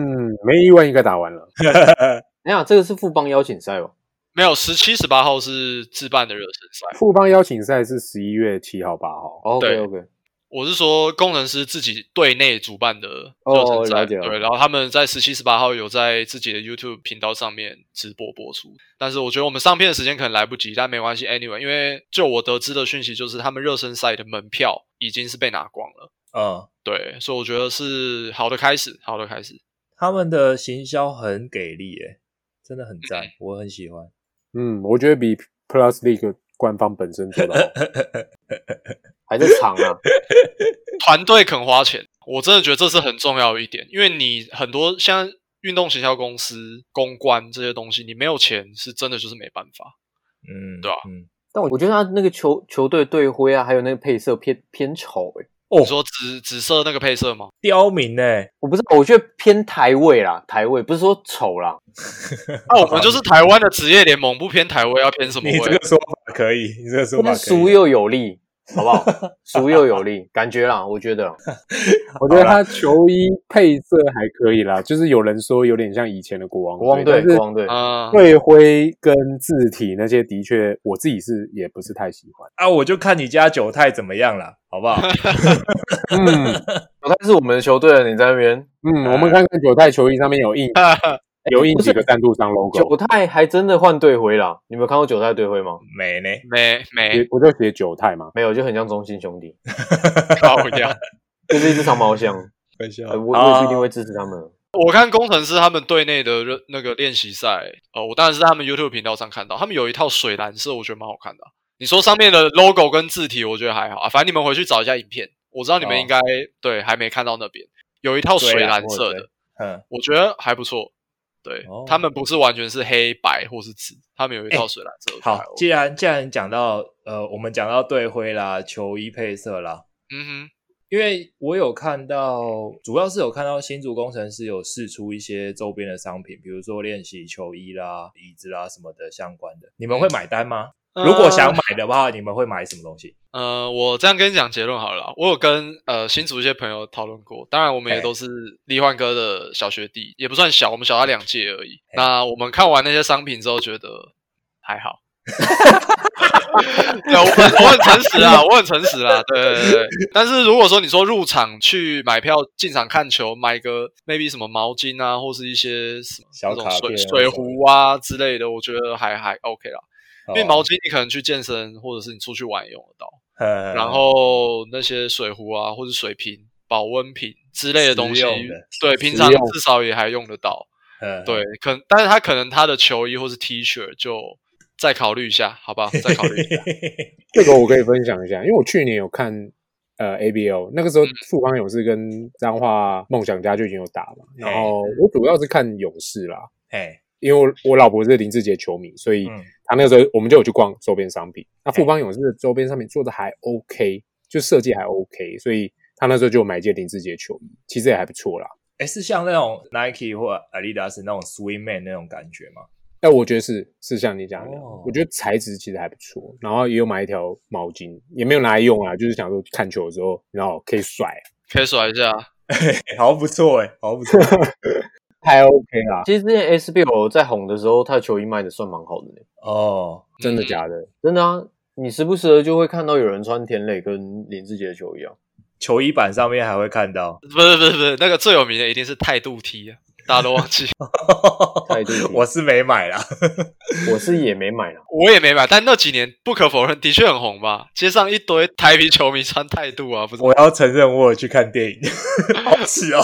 S4: 没意外应该打完了。
S2: 哎呀，这个是富邦邀请赛哦，
S3: 没有？十七、十八号是自办的热身赛。
S4: 富邦邀请赛是十一月七号、八号。
S2: 哦
S3: 对
S2: ，OK OK，
S3: 我是说，工程师自己队内主办的热
S2: 哦
S3: 身赛，
S2: 了解了
S3: 对，然后他们在十七、十八号有在自己的 YouTube 频道上面直播播出。但是我觉得我们上片的时间可能来不及，但没关系，anyway，因为就我得知的讯息就是，他们热身赛的门票已经是被拿光了，
S1: 嗯，
S3: 对，所以我觉得是好的开始，好的开始。
S1: 他们的行销很给力、欸，真的很赞，我很喜欢。
S4: 嗯，我觉得比 Plus League 官方本身做的好。
S2: 还在场啊，
S3: 团队肯花钱，我真的觉得这是很重要的一点，因为你很多像运动行销公司、公关这些东西，你没有钱是真的就是没办法。
S1: 嗯，
S3: 对啊
S1: 嗯，
S2: 但我我觉得他那个球球队队徽啊，还有那个配色偏偏丑哎、
S1: 哦
S3: 你，说紫紫色那个配色吗？
S1: 刁民呢、欸？
S2: 我不知道，我觉得偏台味啦，台味不是说丑啦，
S3: 那、我们就是台湾的职业联盟，不偏台位，要偏什么
S1: 哦你这
S3: 位？
S1: 个说法可以，你这个说法
S2: 但
S1: 可以。啊
S2: 俗又有力，好不 好？俗又有力，感觉啦，我觉得
S4: 我觉得他球衣配色还可以啦，就是有人说有点像以前的国王
S2: 国王队，
S4: 队，
S2: 国王队，
S3: 啊、
S4: 但是队徽跟字体那些的确我自己是也不是太喜欢。
S1: 啊，我就看你家韭菜怎么样啦，好不好？
S4: 嗯
S2: 九泰是我们的球队了，你在那边
S4: 嗯，我们看看九泰球衣上面有印有印几个赞助商 logo，
S2: 九泰还真的换队徽啦，你们有看过九泰队徽吗？
S1: 没呢，
S3: 没没
S4: 我就写九泰嘛。
S2: 没有，就很像中心兄弟，
S3: 靠呀！
S2: 就是一只长 毛象，
S1: 可笑
S2: 呃我我也不一
S1: 啊
S2: 定会支持他们。啊
S3: 我看工程师他们队内的热那个练习赛，哦，我当然是在他们 YouTube 频道上看到，他们有一套水蓝色，我觉得蛮好看的啊、你说上面的 logo 跟字体，我觉得还好啊。反正你们回去找一下影片，我知道你们应该、对还没看到那边有一套水蓝色
S1: 哦对啊
S3: 的，
S1: 嗯，
S3: 我觉得还不错。对、
S1: 哦
S3: 他们不是完全是黑白或是紫，他们有一套水蓝色的。
S1: 好
S3: 还 OK，
S1: 既然既然讲到呃，我们讲到队徽啦、球衣配色啦，
S3: 嗯
S1: 因为我有看到，主要是有看到新竹工程师有试出一些周边的商品，比如说练习球衣啦、椅子啦什么的相关的，你们会买单吗？
S3: 哼，
S1: 如果
S3: 呃
S1: 想买的话，你们会买什么东西？
S3: 呃，我这样跟你讲结论好了啦。我有跟呃新竹一些朋友讨论过，当然我们也
S1: 嘿
S3: 都是立焕哥的小学弟，也不算小，我们小他两届而已。
S1: 嘿
S3: 那我们看完那些商品之后，觉得还好。 对，我很我很诚实啊，我很诚实啊，对对对对。但是如果说你说入场去买票进场看球，买个 maybe 什么毛巾啊，或是一些什么
S1: 小
S3: 那种
S1: 卡
S3: 水
S1: 片啊
S3: 水
S1: 什么
S3: 壶啊之类的，我觉得还还 OK 啦。因为
S1: 哦
S3: 毛，巾你可能去健身或者是你出去玩也用得到。
S1: 呃
S3: 然后那些水壶啊，或者水瓶、保温瓶之类的东西
S1: 实用的，
S3: 对，平常至少也还用得到。
S1: 呃
S3: 对，可但是他可能他的球衣或是 T 恤就再考虑一下，好吧，再考虑一下。
S4: 这个我可以分享一下，因为我去年有看呃 ABL，那个时候富邦勇士跟彰化梦想家就已经有打嘛，然后我主要是看勇士啦，
S1: 哎，
S4: 因为我我老婆是林志杰球迷，所以
S1: 嗯
S4: 她那个时候我们就有去逛周边商品。那富邦勇士的周边商品做的还 OK，就设计还 OK，所以她那时候就有买一件林志杰球衣，其实也还不错啦。
S1: 哎，是像那种 Nike 或 Adidas 那种 Swimman 那种感觉吗？
S4: 但我觉得是是像你讲的那样，
S1: 哦
S4: 我觉得材质其实还不错，然后也有买一条毛巾，也没有拿来用啊，就是想说看球的时候，然后可以甩，
S3: 可以甩一下，
S1: 哎 好像不错哎，好像不错。
S4: 还 OK 啦。
S2: 其实之前 SBL 在红的时候，他的球衣卖的算蛮好的呢，
S1: 哦，
S4: 真
S2: 嗯
S4: 的假的？
S2: 真的啊。你时不时的就会看到有人穿田磊跟林志杰的球衣啊，
S1: 球衣板上面还会看到。
S3: 不是不是不是，那个最有名的一定是态度 T 啊，大家都忘记，
S2: 态度 T
S1: 我是没买啦。
S2: 我是也没买啦，
S3: 我也没买，但那几年不可否认的确很红吧，街上一堆台啤球迷穿态度啊，不是
S1: 我要承认，我有去看电影，好耻哦！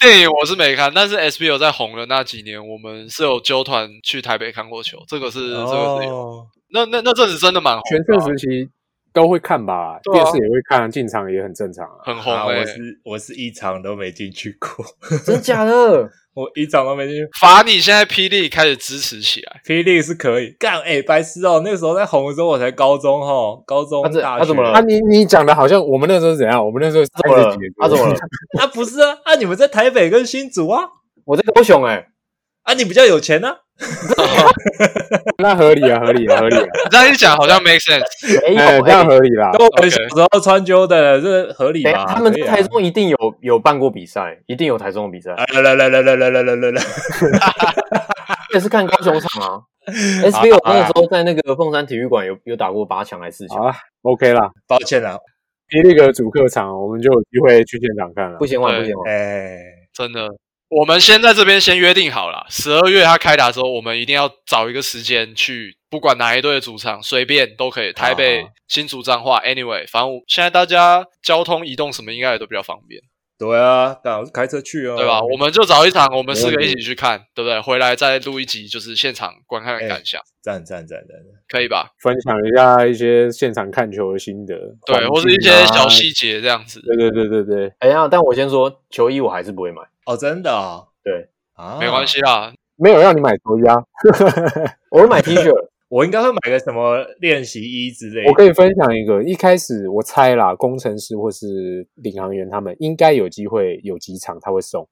S3: 电影我是没看，但是 SBO 在红的那几年，我们是有纠团去台北看过球，这个是、这个是有。
S1: 哦，
S3: 那那那阵子真的蛮红
S4: 全
S3: 的
S4: 盛
S3: 啊、
S4: 时期都会看吧，
S3: 对啊
S4: 电视也会看，进场也很正常啊。
S3: 很红
S1: 啊，
S3: 哎、
S2: 欸
S1: 我是我是一场都没进去过，
S2: 真假的？
S1: 我一场都没进去。
S3: 罚你现在霹雳开始支持起来，
S1: 霹雳是可以干哎、白痴哦！那个时候在红的时候，我才高中哈，高中
S2: 他这
S1: 大学
S2: 他怎么了
S4: 啊，你你讲的好像我们那时候是怎样？我们那时候
S2: 他怎么
S4: 三
S2: 了
S4: 十几年？
S2: 他怎么了？？
S1: 啊，不是啊，啊，你们在台北跟新竹啊，
S2: 我在高雄哎，
S1: 啊，你比较有钱啊，
S4: 那合理啊，合理啊，合理啊！
S3: 你这样一讲好像 make sense。
S2: 没有
S4: 哎，这样
S2: 哎。
S4: 合理啦。
S1: 跟我们
S3: OK
S1: 小时候穿旧的，这合理
S2: 等一
S1: 吧
S2: 下？哎他们
S1: 可以
S2: 在
S1: 啊哎
S2: 台中一定有有办过比赛，一定有台中的比赛。
S1: 来来来来来来来来来来，
S2: 我也是看高雄场啊。SBO 那个时候在那个凤山体育馆有有打过八强还是四
S4: 好
S2: 强，
S4: 啊，OK 啦。
S1: 抱歉啦，
S4: 霹雳的主客场，我们就有机会去现场看了
S2: 不。嫌晚
S3: 对
S2: 不嫌晚。
S1: 哎、
S3: 真的，我们先在这边先约定好了，十二月他开打之后，我们一定要找一个时间去，不管哪一队的主场，随便都可以，台北、
S1: 好
S3: 新竹、彰化，anyway，反正我现在大家交通移动什么应该也都比较方便，
S1: 对啊，干我是开车去哦，
S3: 对吧？我们就找一场，我们四个一起去看，对不对？回来再录一集，就是现场观看的感想，
S1: 赞赞赞赞，赞
S3: 可以吧？
S4: 分享一下一些现场看球的心得，
S3: 对，
S4: 环
S3: 或是
S4: 境
S3: 一些
S4: 啊
S3: 小。细节这样子，
S4: 对对对对对，
S2: 哎呀，但我先说球衣我还是不会买，
S1: 哦，真的、哦，
S2: 对
S1: 啊，
S3: 没关，系啦。
S4: 没有让你买球衣啊。
S2: 我会买 T 恤。
S1: 我应该会买个什么练习衣之类的，
S4: 我可以分享一个，一开始我猜啦，工程师或是领航员他们应该有机会有几场他会送。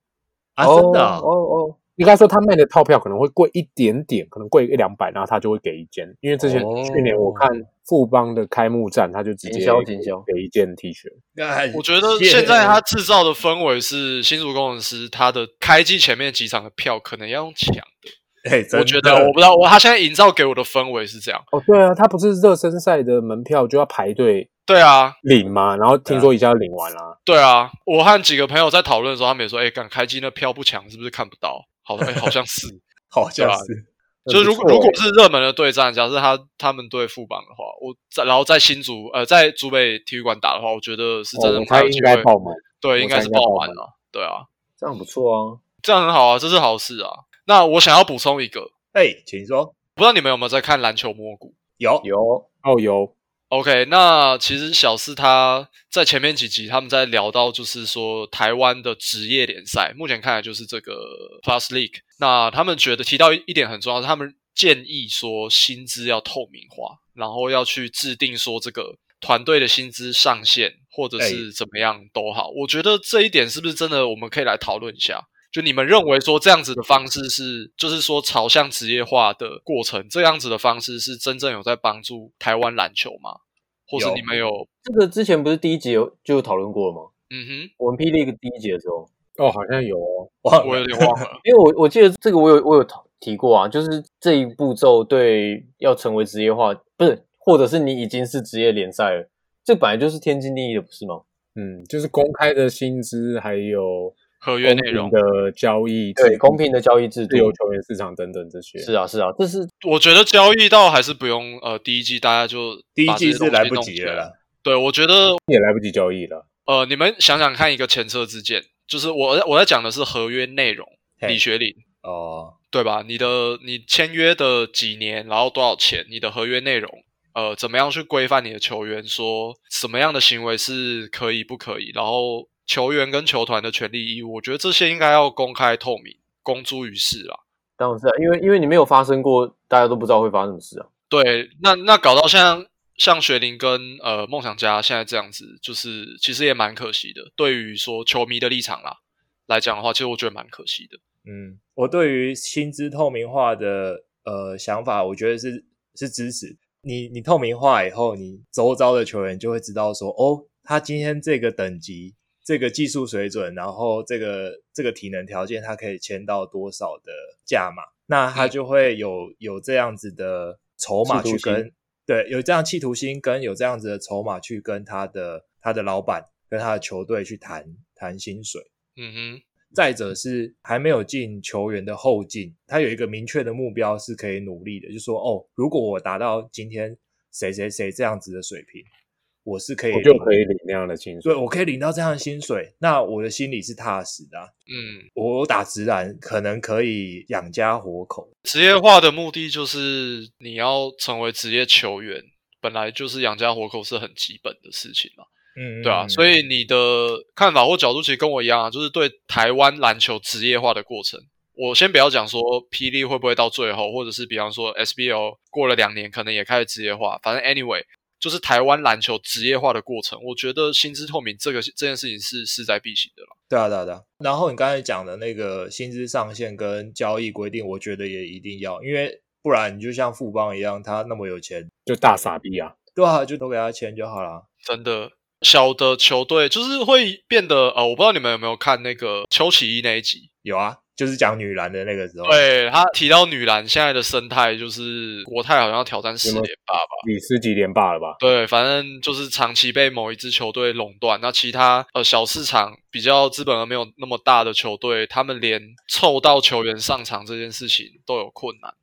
S1: 啊，真的、
S2: 哦
S1: 哦，
S2: 哦，
S4: 应该说他卖的套票可能会贵一点点，可能贵一两百，然后他就会给一件。因为之前、
S1: 哦
S4: 去年我看富邦的开幕战，他就直接
S2: 行销行销
S4: 给一件 T 恤。
S1: 干
S3: 我觉得
S1: 谢
S3: 现
S4: 欸
S3: 在他制造的氛围是新竹工程师，他的开季前面几场的票可能要用抢的。
S1: 哎、真的
S3: 我觉得我不知道，我他现在营造给我的氛围是这样。
S4: 哦，对啊，他不是热身赛的门票就要排队
S3: 对啊，
S4: 领吗？然后听说一下领完啦、
S3: 对啊，我和几个朋友在讨论的时候，他们也说：“哎、干开机那票不抢，是不是看不到？”好像、哎好像 是。
S1: 好像
S3: 对啊
S1: 是。
S3: 就是如
S4: 不
S3: 果
S4: 错欸
S3: 如果是热门的对战，假设他他们对副榜的话，我在然后在新竹呃在竹北体育馆打的话，我觉得是真
S4: 哦
S3: 的
S4: 我
S3: 蛮
S4: 猜
S3: 有
S4: 应
S3: 机
S4: 该
S3: 会。
S4: 爆满。
S3: 对，
S4: 我
S3: 应
S4: 猜
S3: 该是
S4: 应该
S3: 爆
S4: 爆
S3: 满
S4: 满
S3: 了。对啊，
S2: 这样不错啊。
S3: 这样很好啊，这是好事啊。那我想要补充一个，
S1: 哎、请说，
S3: 不知道你们有没有在看篮球蘑菇？
S1: 有
S2: 有
S4: 哦，有
S3: OK，那其实小四他在前面几集他们在聊到，就是说台湾的职业联赛，目前看来就是这个 Plus League。那他们觉得提到一一点很重要，是他们建议说薪资要透明化，然后要去制定说这个团队的薪资上限，或者是怎么样都好。我觉得这一点是不是真的，我们可以来讨论一下。就你们认为说这样子的方式是，就是说朝向职业化的过程，这样子的方式是真正有在帮助台湾篮球吗？或是
S1: 有
S3: 你们有？
S2: 这个之前不是第一集有就讨论过了吗？
S3: 嗯
S2: 我们霹雳第一集的时候，
S4: 哦，好像有哦。
S1: 忘
S3: 哼，我
S1: 了
S3: 有点 忘了。
S2: 因为我我记得这个我有我有提过啊，就是这一步骤对要成为职业化，不是，或者是你已经是职业联赛了，这本来就是天经地义的，不是吗？
S4: 嗯，就是公开的薪资，还有
S3: 合约
S4: 公
S3: 内容
S4: 平，的交易，
S2: 对，公平的交易制度
S4: 自。由球员市场等等这些。
S2: 是啊，是啊，这是
S3: 我觉得交易到还是不用。呃，第一季大家就
S1: 第一
S3: 把这
S1: 季
S3: 些
S1: 是
S3: 东
S1: 来
S3: 西
S1: 不
S3: 弄
S1: 及
S3: 起
S1: 了
S3: 来
S1: 啦。
S3: 对，我觉得
S4: 也来不及交易了。
S3: 呃，你们想想看，一个前车之鉴，就是我我在讲的是合约内容，
S1: 嘿
S3: 李学林。
S1: 哦，
S3: 对吧？你的你签约的几年，然后多少钱？你的合约内容，呃，怎么样去规范你的球员说什么样的行为是可以不可以？然后球员跟球团的权利义务，我觉得这些应该要公开透明，公诸于世啦。
S2: 当然是啊，因为因为你没有发生过，大家都不知道会发生什么事啊。
S3: 对，那那搞到像像学林跟呃梦想家现在这样子，就是其实也蛮可惜的。对于说球迷的立场啦来讲的话，其实我觉得蛮可惜的。
S1: 嗯，我对于薪资透明化的呃想法，我觉得是是支持。你你透明化以后，你周遭的球员就会知道说，哦，他今天这个等级、这个技术水准，然后这个这个体能条件，他可以签到多少的价码，那他就会有有这样子的筹码
S4: 制
S1: 去
S4: 度性
S1: 跟对，有这样企图心跟有这样子的筹码去跟他的他的老板跟他的球队去谈谈薪水。
S3: 嗯哼，
S1: 再者是还没有进球员的后进，他有一个明确的目标是可以努力的，就说哦，如果我达到今天谁谁谁这样子的水平，我是可以，
S4: 我就可以，领那样的薪水
S1: 对。我可以领到这样的薪水，那我的心里是踏实的啊、
S3: 嗯，
S1: 我打直男可能可以养家活口，
S3: 职业化的目的就是你要成为职业球员，本来就是养家活口是很基本的事情嘛。
S1: 嗯
S3: 对啊，所以你的看法或角度其实跟我一样啊，就是对台湾篮球职业化的过程。我先不要讲说霹雳会不会到最后，或者是比方说 SBL 过了两年可能也开始职业化，反正 anyway，就是台湾篮球职业化的过程，我觉得薪资透明这个这件事情是势在必行的了。
S1: 对啊，对啊，对啊。然后你刚才讲的那个薪资上限跟交易规定，我觉得也一定要，因为不然你就像富邦一样，他那么有钱，
S4: 就大傻逼啊！
S1: 对啊，就都给他钱就好了。
S3: 真的，小的球队就是会变得呃，我不知道你们有没有看那个邱启一那一集，
S1: 有啊，就是讲女篮的那个时候，
S4: 嗯
S3: 对他提到女篮现在的生态，就是国泰好像要挑战四
S4: 有没有
S3: 连霸吧。
S4: 你十几连霸了吧？
S3: 对，反正就是长期被某一支球队垄断，那其他呃小市场比较资本额没有那么大的球队，他们连凑到球员上场这件事情都有困难。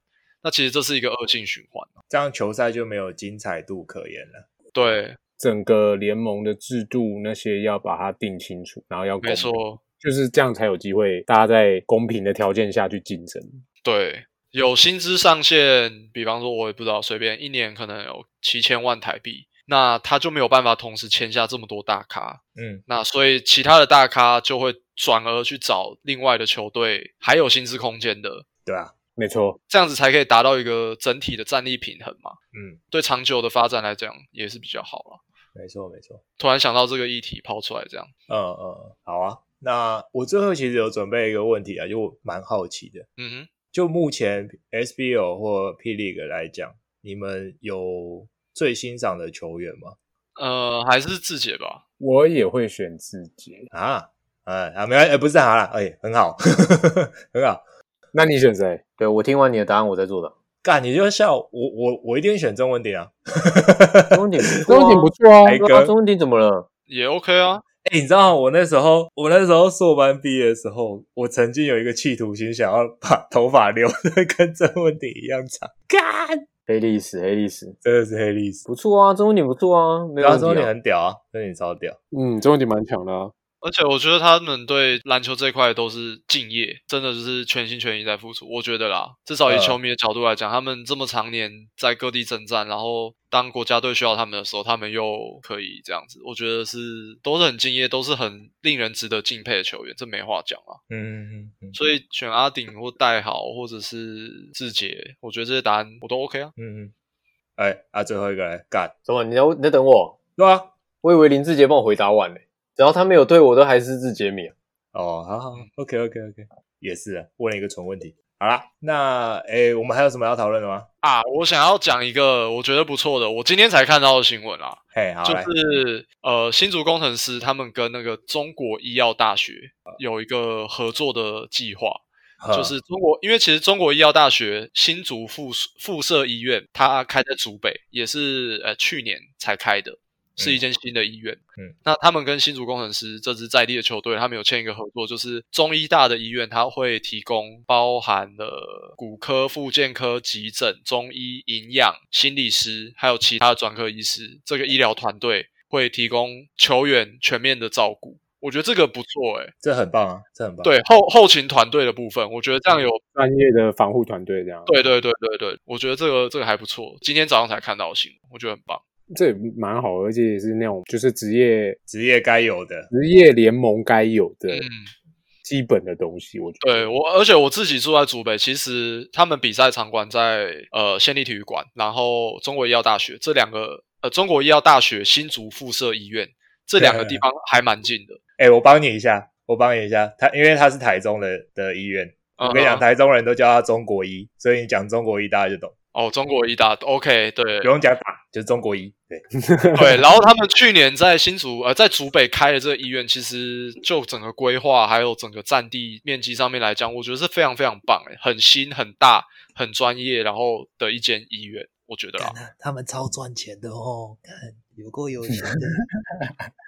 S3: 那其实这是一个恶性循环。
S1: 这样球赛就没有精彩度可言了。
S3: 对，
S4: 整个联盟的制度那些要把它定清楚，然后要公
S3: 没错，
S4: 就是这样才有机会大家在公平的条件下去竞争。
S3: 对，有薪资上限，比方说我也不知道，随便一年可能有七千万台币，那他就没有办法同时签下这么多大咖。
S1: 嗯，
S3: 那所以其他的大咖就会转而去找另外的球队，还有薪资空间的，
S1: 对啊，
S4: 没错，
S3: 这样子才可以达到一个整体的战力平衡嘛。
S1: 嗯，
S3: 对长久的发展来讲也是比较好了。
S1: 没错，没错。
S3: 突然想到这个议题抛出来，这样
S1: 嗯嗯，好啊。那我最后其实有准备一个问题啊，就我蛮好奇的，
S3: 嗯哼，
S1: 就目前 SBL 或 P League 来讲，你们有最欣赏的球员吗？
S3: 呃，还是字节吧。
S4: 我也会选字节。
S1: 啊，哎啊，没关系，哎不是好啦，哎，很好， 很好。
S4: 那你选谁？
S2: 对我听完你的答案，我再做 的。
S1: 干，你就笑我，我我一定选中文鼎啊。
S2: 中文鼎不错啊，
S4: 中文鼎不错啊
S1: 哎，
S2: 对啊
S1: 哥
S2: 中文鼎怎么了？
S3: 也 OK 啊，
S1: 哎、你知道我那时候，我那时候硕班毕业的时候，我曾经有一个企图心，想要把头发留的跟郑文鼎一样长，干，
S2: 黑历史，黑历史，
S1: 真的是黑历史。
S2: 不错啊，中文鼎不错啊，没有
S1: 然后说
S2: 问题
S1: 你
S2: 啊、
S1: 很屌啊，说你超屌，
S4: 嗯，中文鼎蛮强的、啊。
S3: 而且我觉得他们对篮球这一块都是敬业，真的就是全心全意在付出。我觉得啦，至少以
S1: 嗯
S3: 球迷的角度来讲，他们这么常年在各地征战，然后当国家队需要他们的时候，他们又可以这样子，我觉得是都是很敬业，都是很令人值得敬佩的球员，这没话讲啊。
S1: 嗯嗯嗯
S3: 所以选阿顶或戴好，或者是志杰，我觉得这些答案我都 OK 啊。
S1: 嗯嗯，哎、啊，最后一个来干，
S2: 什么？你要你在等我？
S1: 对啊，
S2: 我以为林志杰帮我回答完呢、只要他没有对我，都还是志杰米啊。
S1: 哦，好好，OK OK OK，也是啊问了一个蠢问题。好啦，那哎、我们还有什么要讨论的吗？
S3: 啊，我想要讲一个我觉得不错的，我今天才看到的新闻啊，
S1: 嘿，好
S3: 就
S1: 来，
S3: 是呃新竹工程师他们跟那个中国医药大学有一个合作的计划，
S1: 呵
S3: 就是中国，因为其实中国医药大学新竹附属附设医院，它开在竹北，也是呃去年才开的，是一间新的医院。
S1: 嗯，
S3: 那他们跟新竹工程师这支在地的球队，他们有签一个合作，就是中医大的医院，它会提供包含了骨科、复健科、急诊、中医、营养、心理师，还有其他的专科医师，这个医疗团队会提供球员全面的照顾。我觉得这个不错诶、
S1: 这很棒啊，这很棒。
S3: 对后后勤团队的部分，我觉得这样有
S4: 专业的防护团队这样，，
S3: 对对对对对，我觉得这个这个还不错，今天早上才看到的新闻，我觉得很棒。
S4: 这也蛮好，而且也是那种就是职业
S1: 职业该有的。
S4: 职业联盟该有的
S3: 嗯，
S4: 基本的东西，我觉得。
S3: 对我，而且我自己住在竹北，其实他们比赛场馆在呃县立体育馆，然后中国医药大学这两个呃中国医药大学新竹附设医院这两个地方还蛮近的。
S1: 哎、我帮你一下，我帮你一下。他因为他是台中的的医院，我跟你讲，
S3: 嗯
S1: 台中人都叫他中国医，所以你讲中国医大家就懂，
S3: 哦，中国医大 OK 对
S1: 不用讲打，就是中国医。对，
S3: 对，然后他们去年在新竹呃在竹北开的这个医院，其实就整个规划还有整个占地面积上面欸来讲，我觉得是非常非常棒诶，很新很大很专业，然后的一间医院。我觉得啦。
S6: 看啊他们超赚钱的哦，看有够有钱的。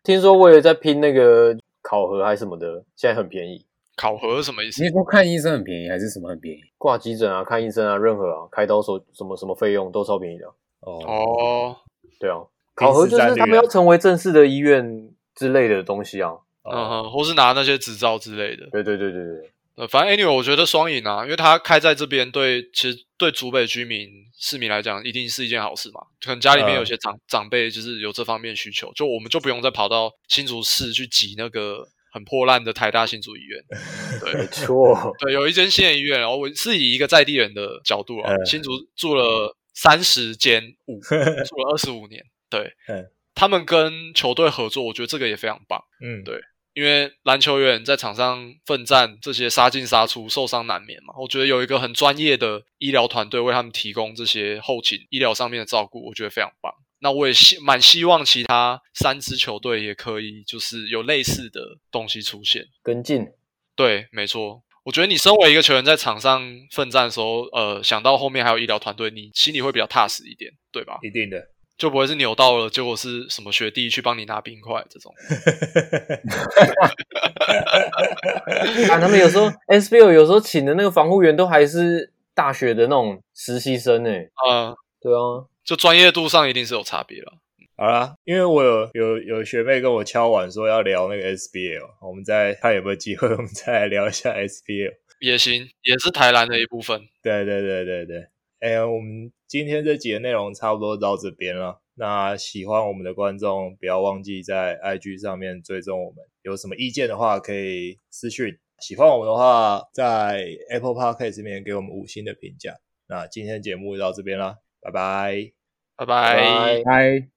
S2: 听说为了在拼那个考核还是什么的，现在很便宜，
S3: 考核是什么意思
S5: 你？是说看医生很便宜还是什么很便宜？
S2: 挂急诊啊、看医生啊、任何啊、开刀手什么什么费用都超便宜的啊。
S1: 哦，
S3: 哦，
S2: 对啊，考核就是他们要成为正式的医院之类的东西啊。
S3: 嗯
S1: 哦
S3: 哼，或是拿那些执照之类的。
S2: 对对对对对，
S3: 呃，反正 anyway，我觉得双赢啊，因为它开在这边对，其实对竹北居民市民来讲，一定是一件好事嘛。可能家里面
S1: 嗯
S3: 有些长、长辈就是有这方面需求，就我们就不用再跑到新竹市去挤那个很破烂的台大新竹医院。
S2: 没错，
S3: 对，有一间县医院，然后我是以一个在地人的角度啊，
S1: 嗯
S3: 新竹住了三十间 五，住了二十五年，对，
S1: 嗯
S3: 他们跟球队合作，我觉得这个也非常棒。
S1: 嗯，
S3: 对因为篮球员在场上奋战，这些杀进杀出，受伤难免嘛。我觉得有一个很专业的医疗团队为他们提供这些后勤医疗上面的照顾，我觉得非常棒。那我也希蛮希望其他三支球队也可以就是有类似的东西出现。
S2: 跟进。
S3: 对，没错。我觉得你身为一个球员在场上奋战的时候，呃，想到后面还有医疗团队，你心里会比较踏实一点，对吧？
S1: 一定的。
S3: 就不会是扭到了，结果是什么学弟去帮你拿冰块这种。
S2: 啊，他们有时候 SBL 有时候请的那个防护员都还是大学的那种实习生呢、
S3: 呃，
S2: 对啊，
S3: 就专业度上一定是有差别了。
S1: 好啦，因为我有有有学妹跟我敲碗说要聊那个 SBL，我们再看有没有机会，我们再来聊一下 SBL。
S3: 也行，也是台南的一部分。
S1: 对对对对对，哎、我们今天这集的内容差不多到这边了。那喜欢我们的观众，不要忘记在 IG 上面追踪我们。有什么意见的话，可以私讯。喜欢我们的话，在 Apple Podcast 这边给我们五星的评价。那今天的节目就到这边啦，拜拜。
S3: 拜拜。
S2: 拜
S5: 嗨。